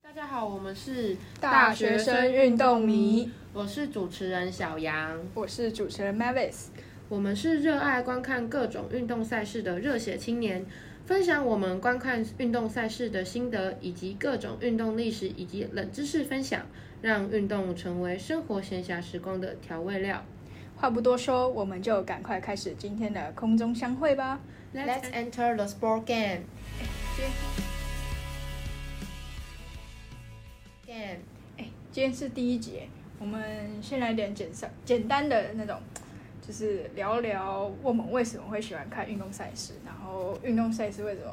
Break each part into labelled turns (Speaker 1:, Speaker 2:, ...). Speaker 1: 大家好，我们是
Speaker 2: 大学生运动迷，
Speaker 1: 我是主持人小杨，
Speaker 2: 我是主持人 Mavis。
Speaker 1: 我们是热爱观看各种运动赛事的热血青年，分享我们观看运动赛事的心得，以及各种运动历史以及冷知识分享，让运动成为生活闲暇时光的调味料。
Speaker 2: 话不多说，我们就赶快开始今天的空中相会吧。
Speaker 1: Let's enter the sport game. Game.
Speaker 2: 今天是第一集耶，我们先来点简上简单的那种，就是聊聊我们为什么会喜欢看运动赛事，然后运动赛事为什么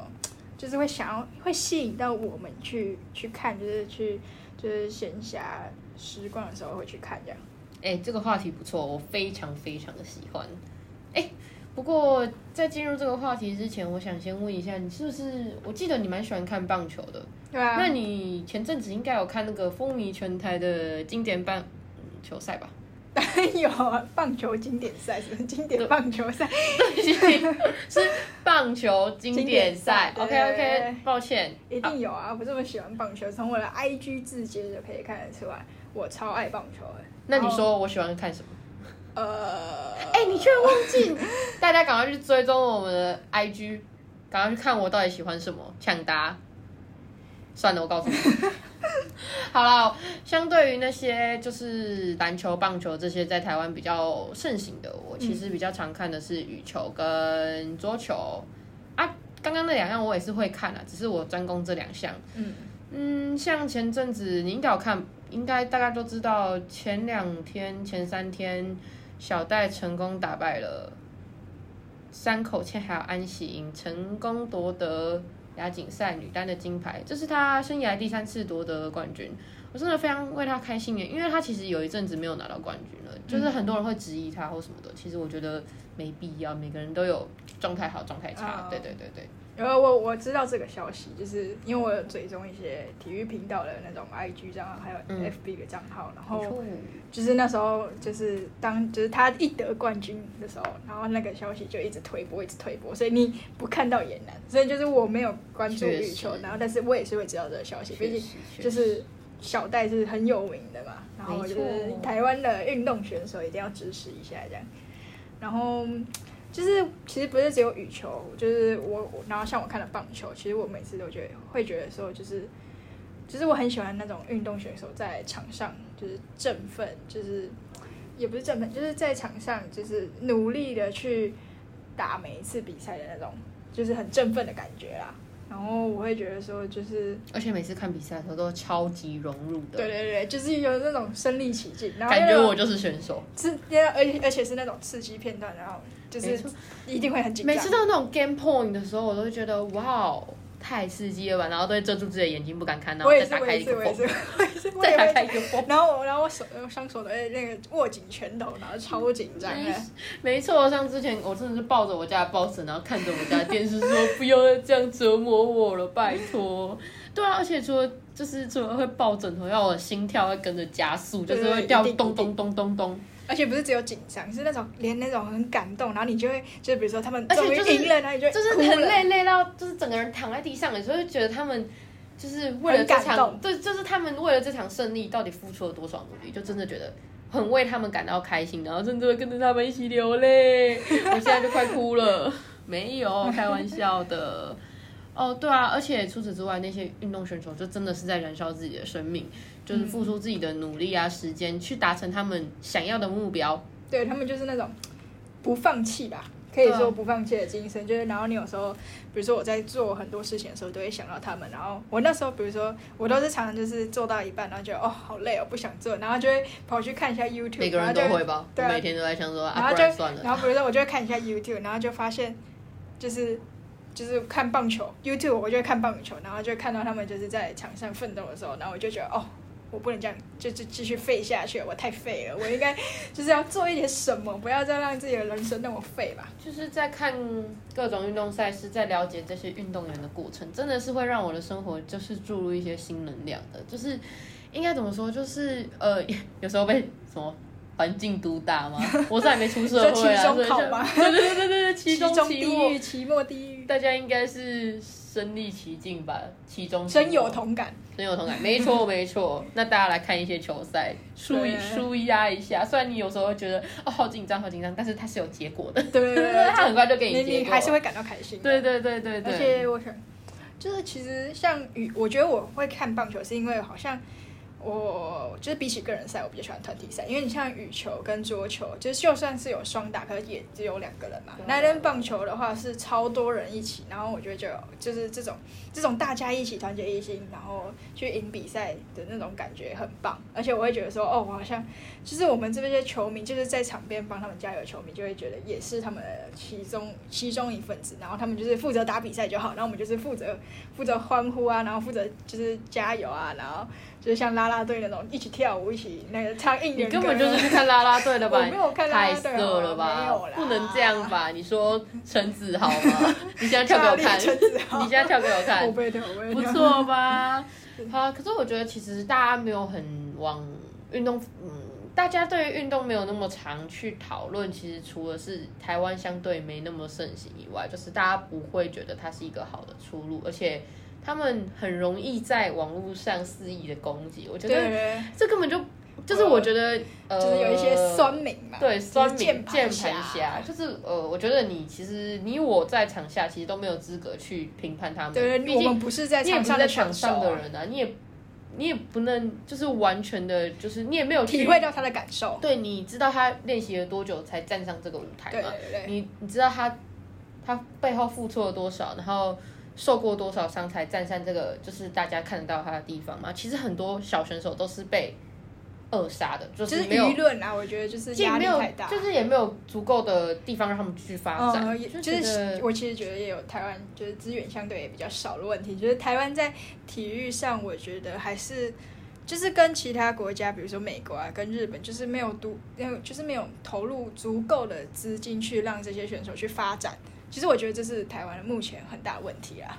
Speaker 2: 就是会想要会吸引到我们去去看，就是去就是闲暇时光的时候会去看这样。
Speaker 1: 哎、这个话题不错，我非常非常的喜欢。哎、不过在进入这个话题之前，我想先问一下，你是不是？我记得你蛮喜欢看棒球的，
Speaker 2: 对啊，
Speaker 1: 那你前阵子应该有看那个风靡全台的经典棒球赛吧？
Speaker 2: 有啊棒球经典赛，什么经典棒球赛？
Speaker 1: 是棒球经典赛。
Speaker 2: 经典
Speaker 1: OK
Speaker 2: 赛
Speaker 1: OK，抱歉，
Speaker 2: 一定有啊！我这么喜欢棒球，从我的 IG 字节就可以看得出来，我超爱棒球的。
Speaker 1: 那你说我喜欢看什么？
Speaker 2: 呃，
Speaker 1: 哎、你居然忘记！大家赶快去追踪我们的 IG，赶快去看我到底喜欢什么，抢答。算了，我告诉你。好了，相对于那些就是篮球、棒球这些在台湾比较盛行的，我其实比较常看的是羽球跟桌球啊。刚刚那两项我也是会看啊，只是我专攻这两项。
Speaker 2: 嗯
Speaker 1: 嗯，像前阵子你应该有看，应该大家都知道，前两天、前三天，小戴成功打败了山口茜还有安喜莹，成功夺得亚锦赛女单的金牌，这是她生涯第三次夺得冠军。我真的非常为她开心耶，因为她其实有一阵子没有拿到冠军了，就是很多人会质疑她或什么的，其实我觉得没必要，每个人都有状态好、状态差，
Speaker 2: 哦
Speaker 1: 对对对对，
Speaker 2: 然后我我知道这个消息，就是因为我有追踪一些体育频道的那种 IG 账号，还有
Speaker 1: 嗯
Speaker 2: FB 的账号，然
Speaker 1: 没
Speaker 2: 后
Speaker 1: 错
Speaker 2: 就是那时候就是当就是他一得冠军的时候，然后那个消息就一直推播，一直推播，所以你不看到也难。所以就是我没有关注
Speaker 1: 确
Speaker 2: 羽
Speaker 1: 实
Speaker 2: 球，然后但是我也是会知道这个消息，毕
Speaker 1: 确
Speaker 2: 竟
Speaker 1: 实确
Speaker 2: 就
Speaker 1: 实
Speaker 2: 是小戴是很有名的嘛，然后
Speaker 1: 没
Speaker 2: 就
Speaker 1: 错
Speaker 2: 是台湾的运动选手一定要支持一下这样。然后嗯就是其实不是只有羽球，就是我我然后像我看了棒球，其实我每次都觉得会觉得说就是。就是我很喜欢那种运动选手在场上就是振奋，就是也不是振奋，就是在场上就是努力的去打每一次比赛的那种，就是很振奋的感觉啦。然后我会觉得说，就是
Speaker 1: 而且每次看比赛的时候都超级融入的，
Speaker 2: 对对对，就是有那种身临其境，然后
Speaker 1: 感
Speaker 2: 又
Speaker 1: 觉
Speaker 2: 有
Speaker 1: 我就是选手。
Speaker 2: 是，而且而且是那种刺激片段，然后就
Speaker 1: 没
Speaker 2: 是
Speaker 1: 错
Speaker 2: 一定会很紧张。
Speaker 1: 每次到那种 game point 的时候，我都会觉得哇哦，太刺激了吧，然后都会遮住自己的眼睛不敢看，然后
Speaker 2: 我也
Speaker 1: 再
Speaker 2: 是，
Speaker 1: 打
Speaker 2: 我
Speaker 1: 开
Speaker 2: 也
Speaker 1: 一
Speaker 2: 是，
Speaker 1: 个
Speaker 2: 我也是，
Speaker 1: 缝，
Speaker 2: 我也是，我
Speaker 1: 再
Speaker 2: 也
Speaker 1: 打
Speaker 2: 会。
Speaker 1: 开一个缝。
Speaker 2: 然后，然后我手用双手的哎那个握紧拳头，然后超紧张的。
Speaker 1: 嗯没错，像之前我真的是抱着我家的抱枕，然后看着我家的电视说不要再这样折磨我了，拜托。对啊，而且除了就是除了会抱枕头，让我心跳会跟着加速，就
Speaker 2: 对
Speaker 1: 是
Speaker 2: 对
Speaker 1: 会掉
Speaker 2: 一定
Speaker 1: 咚咚咚咚咚。
Speaker 2: 而且不是只有紧张，是那种连那种很感动，然后你就会，就是比如说他们
Speaker 1: 而且
Speaker 2: 终于
Speaker 1: 就是
Speaker 2: 赢了，然后你就
Speaker 1: 就是
Speaker 2: 哭
Speaker 1: 很
Speaker 2: 了
Speaker 1: 累，累到就是整个人躺在地上的时候，就觉得他们就是为了
Speaker 2: 很
Speaker 1: 这
Speaker 2: 感
Speaker 1: 场，
Speaker 2: 动
Speaker 1: 对，就是他们为了这场胜利到底付出了多少努力，就真的觉得很为他们感到开心，然后真的跟着他们一起流泪，我现在就快哭了，没有开玩笑的。哦，对啊，而且除此之外，那些运动选手就真的是在燃烧自己的生命，就是付
Speaker 2: 嗯
Speaker 1: 出自己的努力啊、时间去达成他们想要的目标。
Speaker 2: 对他们就是那种不放弃吧，可以
Speaker 1: 对啊
Speaker 2: 说不放弃的精神。就是，然后你有时候，比如说我在做很多事情的时候，都会想到他们。然后我那时候，比如说我都是常常就是做到一半，然后觉得哦好累哦，不想做，然后就会跑去看一下 YouTube，
Speaker 1: 每个人都
Speaker 2: 然后就
Speaker 1: 会吧？我
Speaker 2: 对啊
Speaker 1: 每天都在想说
Speaker 2: 然
Speaker 1: 啊，
Speaker 2: 后
Speaker 1: 不
Speaker 2: 就
Speaker 1: 然算了。
Speaker 2: 然后比如说我就会看一下 YouTube，然后就发现就是。就是看棒球，YouTube 我就会看棒球，然后就看到他们就是在场上奋斗的时候，然后我就觉得哦，我不能这样，就就继续废下去，我太废了，我应该就是要做一点什么，不要再让自己的人生那么废吧。
Speaker 1: 就是在看各种运动赛事，在了解这些运动员的过程，真的是会让我的生活就是注入一些新能量的。就是应该怎么说，就是呃，有时候被什么环境毒打吗？我是还没出社
Speaker 2: 你
Speaker 1: 会
Speaker 2: 说期
Speaker 1: 啊，
Speaker 2: 中
Speaker 1: 所以就
Speaker 2: 考吗
Speaker 1: 对对对对对，期中
Speaker 2: 中
Speaker 1: 期
Speaker 2: 地
Speaker 1: 末
Speaker 2: 狱，，期末地狱。
Speaker 1: 大家应该是身历其境吧，其中
Speaker 2: 深有同感。
Speaker 1: 深有同感，没错没错。那大家来看一些球赛，舒一
Speaker 2: 对
Speaker 1: 舒压一下。虽然你有时候会觉得哦好紧张好紧张，但是它是有结果的，
Speaker 2: 对对对对，
Speaker 1: 它很快 就给
Speaker 2: 你
Speaker 1: 结
Speaker 2: 你
Speaker 1: 果，
Speaker 2: 还是会感到开心。
Speaker 1: 对对对对对，
Speaker 2: 而且我想，就是其实像羽，我觉得我会看棒球是因为好像我就是比起个人赛，我比较喜欢团体赛，因为你像羽球跟桌球，就是就算是有双打，可是也只有两个人嘛
Speaker 1: 对。啊
Speaker 2: 那跟棒球的话是超多人一起，然后我觉得就有就是这种这种大家一起团结一心，然后去赢比赛的那种感觉很棒。而且我会觉得说，哦，我好像就是我们这边些球迷，就是在场边帮他们加油，球迷就会觉得也是他们的其中 其中一份子，然后他们就是负责打比赛就好，然后我们就是负责负责欢呼啊，然后负责就是加油啊，然后就是像啦啦队那种一起跳舞，一起那个唱应
Speaker 1: 你
Speaker 2: 援歌，
Speaker 1: 根本就是去看啦啦队的吧？
Speaker 2: 我没有看啦啦
Speaker 1: 太
Speaker 2: 队
Speaker 1: 色
Speaker 2: 好吗
Speaker 1: 了
Speaker 2: 没有
Speaker 1: 吧
Speaker 2: 啦？
Speaker 1: 不能这样吧？你说陈子豪吗？ 你现在跳给我看，
Speaker 2: 大力陈子豪
Speaker 1: 你现在跳给我
Speaker 2: 我
Speaker 1: 看，
Speaker 2: 背的，我背的，
Speaker 1: 不错 吧？好啊，可是我觉得其实大家没有很往运动，嗯，大家对于运动没有那么常去讨论。其实除了是台湾相对没那么盛行以外，就是大家不会觉得它是一个好的出路，而且他们很容易在网络上肆意的攻击。我觉得
Speaker 2: 对，
Speaker 1: 这根本就就是我觉得，呃，
Speaker 2: 就是有一些酸民嘛，
Speaker 1: 对
Speaker 2: 就是
Speaker 1: 酸民
Speaker 2: 键
Speaker 1: 键
Speaker 2: 盘
Speaker 1: 盘侠，就是呃，我觉得你其实你我在场下其实都没有资格去评判他们，
Speaker 2: 对
Speaker 1: 毕
Speaker 2: 对，我
Speaker 1: 竟
Speaker 2: 们不是在
Speaker 1: 你也
Speaker 2: 场
Speaker 1: 不是
Speaker 2: 上
Speaker 1: 在
Speaker 2: 选
Speaker 1: 场
Speaker 2: 手
Speaker 1: 上
Speaker 2: 啊
Speaker 1: 的人啊，你也你也不能就是完全的，就是你也没有去
Speaker 2: 体会，到他的感受，
Speaker 1: 对，你知道他练习了多久才站上这个舞台
Speaker 2: 对
Speaker 1: 吗？
Speaker 2: 对对，
Speaker 1: 你你知道他他背后付出了多少，然后受过多少伤才站上这个就是大家看得到他的地方吗？其实很多小选手都是被扼杀的，就
Speaker 2: 就是是
Speaker 1: 没有
Speaker 2: 舆论啊，我觉得就是
Speaker 1: 也
Speaker 2: 压
Speaker 1: 没
Speaker 2: 力
Speaker 1: 有
Speaker 2: 太大，
Speaker 1: 就是也没有足够的地方让他们去发展，
Speaker 2: 嗯，也
Speaker 1: 就
Speaker 2: 就
Speaker 1: 觉
Speaker 2: 是
Speaker 1: 得
Speaker 2: 我其实觉得也有台湾就是资源相对也比较少的问题，就是台湾在体育上，我觉得还是就是跟其他国家，比如说美国啊，跟日本，就是没有读，呃就是没有投入足够的资金去让这些选手去发展。其实我觉得这是台湾目前很大的问题啊。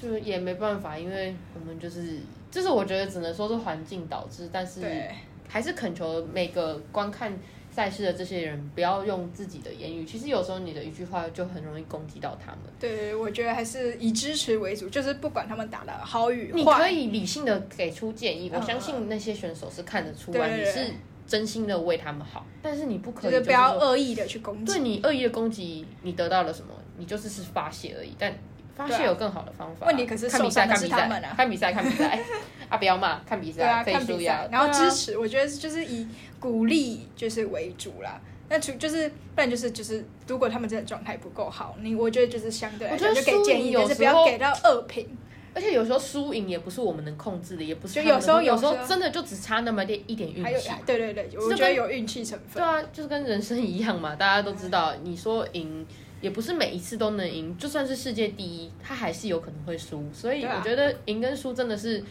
Speaker 1: 就也没办法，因为我们就是就是我觉得只能说是环境导致，但是
Speaker 2: 对，
Speaker 1: 还是恳求每个观看赛事的这些人不要用自己的言语，其实有时候你的一句话就很容易攻击到他们。
Speaker 2: 对，我觉得还是以支持为主，就是不管他们打的好与
Speaker 1: 你可
Speaker 2: 坏，
Speaker 1: 以理性的给出建议，
Speaker 2: 嗯
Speaker 1: 我相信那些选手是看得出来
Speaker 2: 对
Speaker 1: 你
Speaker 2: 对对
Speaker 1: 是真心的为他们好，但是你不可
Speaker 2: 就
Speaker 1: 以
Speaker 2: 是
Speaker 1: 就
Speaker 2: 不要
Speaker 1: 说
Speaker 2: 恶意的去攻击
Speaker 1: 对。你恶意的攻击，你得到了什么？你就是是发泄而已，但发泄有更好的方法。
Speaker 2: 啊问题可是
Speaker 1: 看比赛，
Speaker 2: 受伤的
Speaker 1: 看
Speaker 2: 是
Speaker 1: 比
Speaker 2: 他们
Speaker 1: 赛
Speaker 2: 啊，
Speaker 1: 看比赛，看比赛 啊！不要骂，看比
Speaker 2: 对啊，
Speaker 1: 赛可以
Speaker 2: 看
Speaker 1: 输
Speaker 2: 比
Speaker 1: 呀
Speaker 2: 赛，。然后
Speaker 1: 对啊
Speaker 2: 支持，我觉得就是以鼓励就是为主啦。那除就是不然就是就是，如果他们真的状态不够好，你我觉得就是相对来
Speaker 1: 我
Speaker 2: 讲
Speaker 1: 觉
Speaker 2: 就
Speaker 1: 得
Speaker 2: 给
Speaker 1: 输
Speaker 2: 建
Speaker 1: 赢
Speaker 2: 议，
Speaker 1: 有
Speaker 2: 但是
Speaker 1: 时
Speaker 2: 不要
Speaker 1: 候
Speaker 2: 给到恶评。
Speaker 1: 而且有时候输赢也不是我们能控制的，也不是
Speaker 2: 就
Speaker 1: 他们
Speaker 2: 有时候
Speaker 1: 能有
Speaker 2: 有
Speaker 1: 时候
Speaker 2: 时候
Speaker 1: 真的就只差那么点一点运
Speaker 2: 还有
Speaker 1: 气。
Speaker 2: 对对对，
Speaker 1: 就
Speaker 2: 我觉得
Speaker 1: 跟
Speaker 2: 有运气成
Speaker 1: 对。
Speaker 2: 分
Speaker 1: 啊，就是跟人生一样嘛，大家都知
Speaker 2: 嗯
Speaker 1: 道，你说赢也不是每一次都能赢，就算是世界第一，他还是有可能会输。所以
Speaker 2: 对啊
Speaker 1: 我觉得赢跟输真的是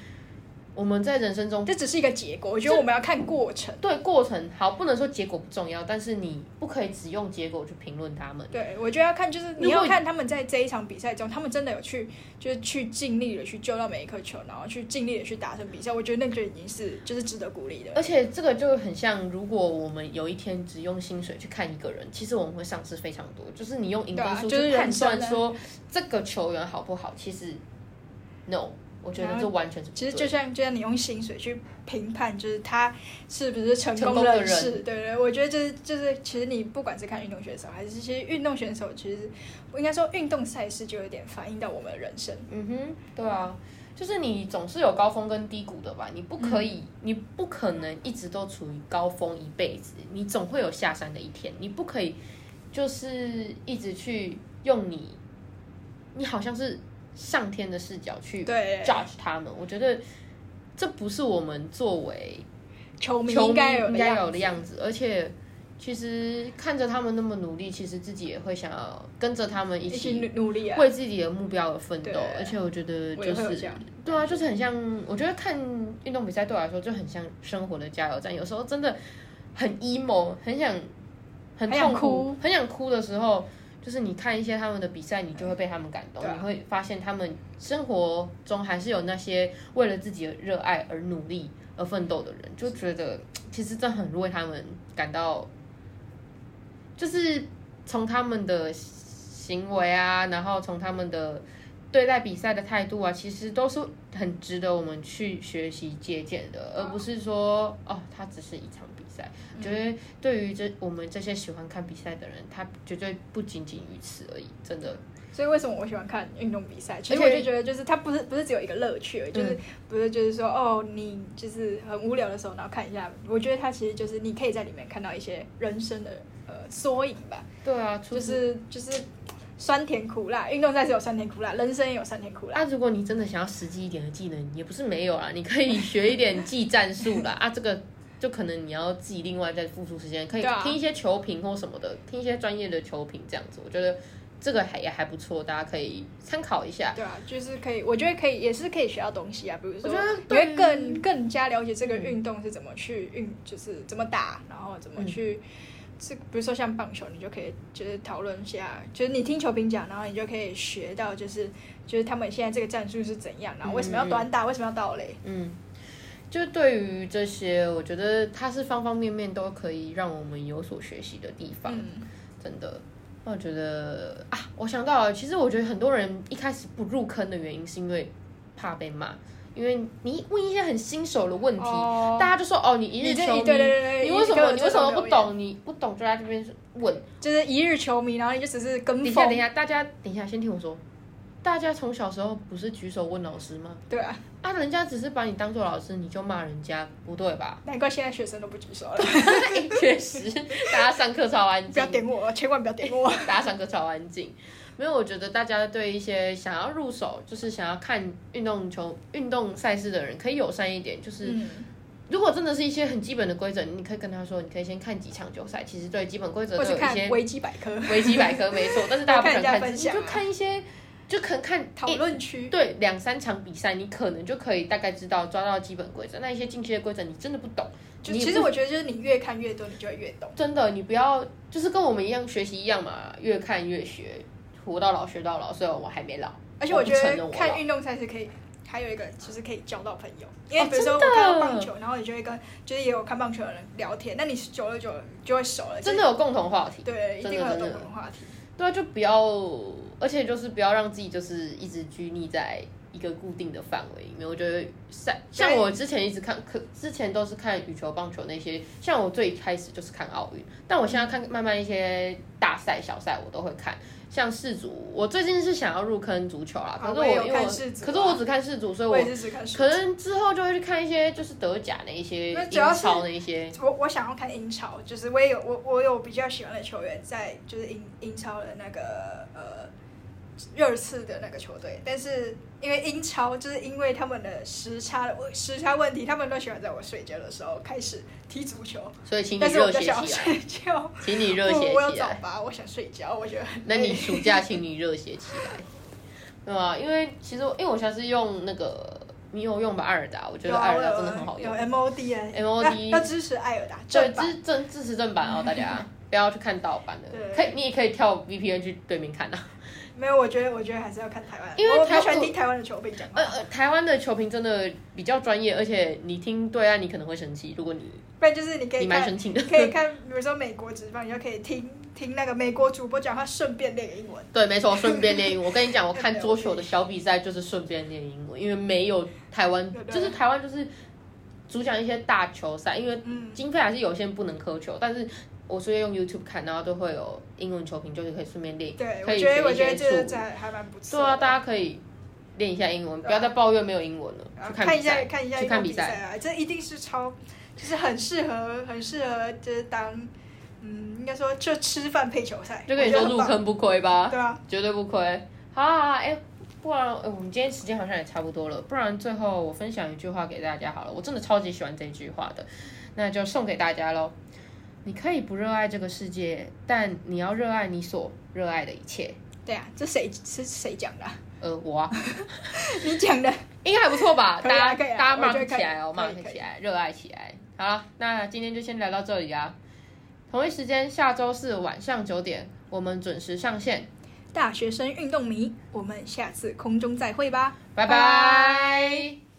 Speaker 1: 我们在人生中
Speaker 2: 这只是一个结果，我觉得我们要看过程。
Speaker 1: 对过程好，不能说结果不重要，但是你不可以只用结果去评论他们。
Speaker 2: 对，我觉得要看，就是
Speaker 1: 如
Speaker 2: 你要
Speaker 1: 果
Speaker 2: 看他们在这一场比赛中，他们真的有去，就是去尽力的去救到每一颗球，然后去尽力的去达成比赛。我觉得那就已经是就是值得鼓励的。
Speaker 1: 而且这个就很像，如果我们有一天只用薪水去看一个人，其实我们会丧失非常多。就是你用赢
Speaker 2: 对
Speaker 1: 跟
Speaker 2: 啊
Speaker 1: 输
Speaker 2: 就是
Speaker 1: 去判
Speaker 2: 人生
Speaker 1: 断
Speaker 2: 呢
Speaker 1: 说这个球员好不好，其实 no，我觉
Speaker 2: 然
Speaker 1: 得
Speaker 2: 后
Speaker 1: 这完全是不
Speaker 2: 其实
Speaker 1: 对
Speaker 2: 就像就像你用薪水去评判，就是他是不是成功
Speaker 1: 成功的
Speaker 2: 人
Speaker 1: 人
Speaker 2: 士，对不对？我觉得就是就是，其实你不管是看运动选手，还是其实运动选手，其实我应该说运动赛事就有点反映到我们的人生。
Speaker 1: 嗯哼，对啊，就是你总是有高峰跟低谷的吧？你不可以，你不可能一直都处于高峰一辈子，你总会有下山的一天。你不可以就是一直去用你，你好像是上天的视角去
Speaker 2: 对，
Speaker 1: judge 他们。我觉得这不是我们作为
Speaker 2: 球迷
Speaker 1: 球迷
Speaker 2: 应该有
Speaker 1: 应
Speaker 2: 的
Speaker 1: 该有
Speaker 2: 样
Speaker 1: 的
Speaker 2: 子。
Speaker 1: 样子，而且。其实看着他们那么努力，其实自己也会想要跟着他们一
Speaker 2: 一
Speaker 1: 起
Speaker 2: 起努努力啊！
Speaker 1: 为自己的目标而奋斗
Speaker 2: 对，
Speaker 1: 而且我觉得
Speaker 2: 我也
Speaker 1: 就
Speaker 2: 会有这
Speaker 1: 是
Speaker 2: 样，
Speaker 1: 对啊，就是很像，我觉得看运动比赛对我来说就很像生活的加油站，有时候真的很 emo，很想很
Speaker 2: 很想
Speaker 1: 痛苦，很想哭的时候。就是你看一些他们的比赛，你就会被他们感动，
Speaker 2: 对啊
Speaker 1: 你会发现他们生活中还是有那些为了自己的热爱而努力而奋斗的人，就觉得其实这很为他们感到，就是从他们的行为啊，然后从他们的对待比赛的态度啊，其实都是很值得我们去学习借鉴的，而不是说哦，它只是一场比赛。
Speaker 2: 嗯
Speaker 1: 觉得对于这我们这些喜欢看比赛的人，他绝对不仅仅于此而已，真的。
Speaker 2: 所以为什么我喜欢看运动比赛？其实
Speaker 1: 而
Speaker 2: 我
Speaker 1: 且
Speaker 2: 就觉得，就是它不是不是只有一个乐趣而已，就是
Speaker 1: 嗯
Speaker 2: 不是就是说哦，你就是很无聊的时候，然后看一下。我觉得它其实就是你可以在里面看到一些人生的呃缩影吧，
Speaker 1: 对啊，除
Speaker 2: 就
Speaker 1: 此
Speaker 2: 是就是酸甜苦辣，运动赛是有酸甜苦辣，人生也有酸甜苦辣。
Speaker 1: 啊，如果你真的想要实际一点的技能，也不是没有啦，你可以学一点技战术 啦啊，这个就可能你要自己另外再付出时间，可以
Speaker 2: 对啊
Speaker 1: 听一些球评或什么的，听一些专业的球评这样子，我觉得这个还也还不错，大家可以参考一下。
Speaker 2: 对啊，就是可以，我觉得可以，也是可以学到东西啊。比如
Speaker 1: 我
Speaker 2: 说，
Speaker 1: 觉得
Speaker 2: 你会
Speaker 1: 对
Speaker 2: 更更加了解这个运动是怎么去运，就是怎么打，然后怎么去。
Speaker 1: 嗯
Speaker 2: 这比如说像棒球，你就可以就是讨论一下，就是你听球评讲，然后你就可以学到，就是就是他们现在这个战术是怎样，然后为什么要短打，为什么要倒垒，
Speaker 1: 嗯，就对于这些，我觉得它是方方面面都可以让我们有所学习的地方。
Speaker 2: 嗯，
Speaker 1: 真的。那我觉得啊，我想到了，其实我觉得很多人一开始不入坑的原因是因为怕被骂，因为你问一些很新手的问题，
Speaker 2: 哦
Speaker 1: 大家就说哦，你嗯一
Speaker 2: 你
Speaker 1: 日
Speaker 2: 这
Speaker 1: 球迷，
Speaker 2: 对对对对，
Speaker 1: 你为什
Speaker 2: 一直都
Speaker 1: 么
Speaker 2: 有
Speaker 1: 你
Speaker 2: 这
Speaker 1: 为什么
Speaker 2: 种
Speaker 1: 不
Speaker 2: 留言？
Speaker 1: 懂？你不懂就在这边问。
Speaker 2: 就是一日球迷，然后你就只是跟
Speaker 1: 等一下，等一
Speaker 2: 风，
Speaker 1: 下，大家等一下，先听我说。大家从小时候不是举手问老师吗？
Speaker 2: 对啊，
Speaker 1: 啊，人家只是把你当做老师，你就骂人家，不对吧？
Speaker 2: 难怪现在学生都不举手了，
Speaker 1: 哎 确实，大家上课超安
Speaker 2: 不要
Speaker 1: 静，
Speaker 2: 点我，千万不要点我，
Speaker 1: 大家上课超安静。没有，我觉得大家对一些想要入手，就是想要看运动球、运动赛事的人，可以友善一点。就是
Speaker 2: 嗯。
Speaker 1: 如果真的是一些很基本的规则，你可以跟他说，你可以先看几场球赛。其实对基本规则
Speaker 2: 或
Speaker 1: 都
Speaker 2: 是
Speaker 1: 有一
Speaker 2: 看
Speaker 1: 些
Speaker 2: 维基百科
Speaker 1: 维基百科没错，但是大家不
Speaker 2: 看人
Speaker 1: 敢
Speaker 2: 家
Speaker 1: 看，
Speaker 2: 分
Speaker 1: 你
Speaker 2: 享
Speaker 1: 就
Speaker 2: 啊
Speaker 1: 看一些，就可能看
Speaker 2: 讨
Speaker 1: 一
Speaker 2: 论区，
Speaker 1: 对两三场比赛，你可能就可以大概知道抓到基本规则。那一些进阶的规则你真的不懂，
Speaker 2: 就
Speaker 1: 你
Speaker 2: 其
Speaker 1: 不
Speaker 2: 实我觉得就是你越看越多，你就会越懂。
Speaker 1: 真的，你不要就是跟我们一样学习一样嘛，越看越学，活到老学到老。虽然我还没老，
Speaker 2: 而且
Speaker 1: 我
Speaker 2: 我
Speaker 1: 不
Speaker 2: 觉
Speaker 1: 承认
Speaker 2: 得
Speaker 1: 我老
Speaker 2: 看运动赛事可以，还有一个就是可以交到朋友，因为
Speaker 1: 哦
Speaker 2: 比如说我
Speaker 1: 真的
Speaker 2: 看到棒球，然后你就会跟就是也有看棒球的人聊天，那你久了久了就会熟了，
Speaker 1: 真
Speaker 2: 的
Speaker 1: 的有共同话题。
Speaker 2: 对，一
Speaker 1: 真的
Speaker 2: 定会有
Speaker 1: 真
Speaker 2: 共
Speaker 1: 的
Speaker 2: 同话题。
Speaker 1: 对啊，就不要，而且就是不要让自己就是一直拘泥在一个固定的范围里面。我觉得像像我之前一直看，可之前都是看羽球、棒球那些，像我最开始就是看奥运，但我现在看慢慢一些大赛、小赛我都会看。像世足，我最近是想要入坑足球啦，
Speaker 2: 啊
Speaker 1: 可是
Speaker 2: 我
Speaker 1: 我
Speaker 2: 也
Speaker 1: 因
Speaker 2: 有
Speaker 1: 为
Speaker 2: 看
Speaker 1: 我
Speaker 2: 世足啊
Speaker 1: 可是我只看世足，所以
Speaker 2: 我
Speaker 1: 我
Speaker 2: 也是只看
Speaker 1: 可能之后就会去看一些就是德甲那一些、
Speaker 2: 那
Speaker 1: 英
Speaker 2: 主要是
Speaker 1: 超那一些，
Speaker 2: 我我想要看英超，就是我也有我我有比较喜欢的球员在就是英英超的那个呃热刺的那个球队，但是因为英超就是因为他们的时差的问时差问题，他们都喜欢在我睡觉的时候开始踢足球，
Speaker 1: 所以请你
Speaker 2: 但是我
Speaker 1: 热
Speaker 2: 就
Speaker 1: 血起
Speaker 2: 想要
Speaker 1: 来，
Speaker 2: 睡觉，
Speaker 1: 请你 热血
Speaker 2: 我我有
Speaker 1: 起
Speaker 2: 早
Speaker 1: 来。
Speaker 2: 八，我想睡觉，我觉得很
Speaker 1: 那你
Speaker 2: 累
Speaker 1: 暑假请你热血起来，对啊，因为其实我因为我现在是用那个你有用吧艾尔达，我觉
Speaker 2: 有
Speaker 1: 得艾
Speaker 2: 啊，
Speaker 1: 尔
Speaker 2: 我
Speaker 1: 达
Speaker 2: 有
Speaker 1: 真的很好用
Speaker 2: 有。MOD 啊
Speaker 1: MOD
Speaker 2: 要要支持艾尔达
Speaker 1: 对，
Speaker 2: 正版，
Speaker 1: 支正支持正版 哦，大家不要去看盗版的
Speaker 2: 对，
Speaker 1: 可以你也可以跳 VPN 去对面看啊。
Speaker 2: 没有，我觉得我觉得还是要看台湾，
Speaker 1: 因为
Speaker 2: 我比较
Speaker 1: 台
Speaker 2: 喜欢
Speaker 1: 我
Speaker 2: 听台湾的球迷讲话
Speaker 1: 呃，呃，台湾的球评真的比较专业，而且你听对岸你可能会生气，如果你
Speaker 2: 不然就是你可
Speaker 1: 你
Speaker 2: 以
Speaker 1: 蛮
Speaker 2: 看。
Speaker 1: 生气的，
Speaker 2: 可以看，比如说美国职棒，你就可以听听那个美国主播讲话，顺便练个英文。
Speaker 1: 对，没错，顺便练英文。我跟你讲，我看桌球的小比赛就是顺便练英文，因为没有台湾
Speaker 2: 对，对
Speaker 1: 就是台湾就是主讲一些大球赛，因为
Speaker 2: 嗯，
Speaker 1: 经费还是有限，不能苛求。但是我随便用 YouTube 看，然后都会有英文球评，就是可以顺便练。
Speaker 2: 对，
Speaker 1: 可
Speaker 2: 我
Speaker 1: 以
Speaker 2: 觉
Speaker 1: 学
Speaker 2: 得我
Speaker 1: 一
Speaker 2: 觉得
Speaker 1: 些
Speaker 2: 这个
Speaker 1: 术
Speaker 2: 这还还蛮不错
Speaker 1: 对
Speaker 2: 的。
Speaker 1: 啊，大家可以练一下英文，
Speaker 2: 对啊
Speaker 1: 不要再抱怨没有英文了，
Speaker 2: 然
Speaker 1: 去看
Speaker 2: 后啊看
Speaker 1: 比
Speaker 2: 一下
Speaker 1: 赛。
Speaker 2: 看一下
Speaker 1: 去
Speaker 2: 英
Speaker 1: 看
Speaker 2: 国
Speaker 1: 比
Speaker 2: 比
Speaker 1: 赛
Speaker 2: 赛啊，这一定是超，就是很适合很适合，就是当嗯，应该说就吃饭配球赛，
Speaker 1: 就跟你
Speaker 2: 我
Speaker 1: 说
Speaker 2: 觉得很
Speaker 1: 入
Speaker 2: 棒，
Speaker 1: 坑不亏吧，
Speaker 2: 对啊，
Speaker 1: 绝对不亏。好啊好啊，哎、不然、哎我们今天时间好像也差不多了，不然最后我分享一句话给大家好了，我真的超级喜欢这句话的，那就送给大家喽。你可以不热爱这个世界，但你要热爱你所热爱的一切。
Speaker 2: 对啊，这谁是谁讲的啊？
Speaker 1: 呃，我 啊，
Speaker 2: 你讲的，
Speaker 1: 应该还不错吧？
Speaker 2: 可
Speaker 1: 大
Speaker 2: 以啊
Speaker 1: 家
Speaker 2: 可以啊
Speaker 1: 大家
Speaker 2: 我觉得
Speaker 1: mark
Speaker 2: 可以
Speaker 1: 起来哦
Speaker 2: 可以
Speaker 1: ，mark
Speaker 2: 可以
Speaker 1: 起来，热爱起来。好了，那今天就先聊到这里啊。同一时间，下周四晚上九点，我们准时上线。
Speaker 2: 大学生运动迷，我们下次空中再会吧。
Speaker 1: 拜
Speaker 2: 拜
Speaker 1: 拜。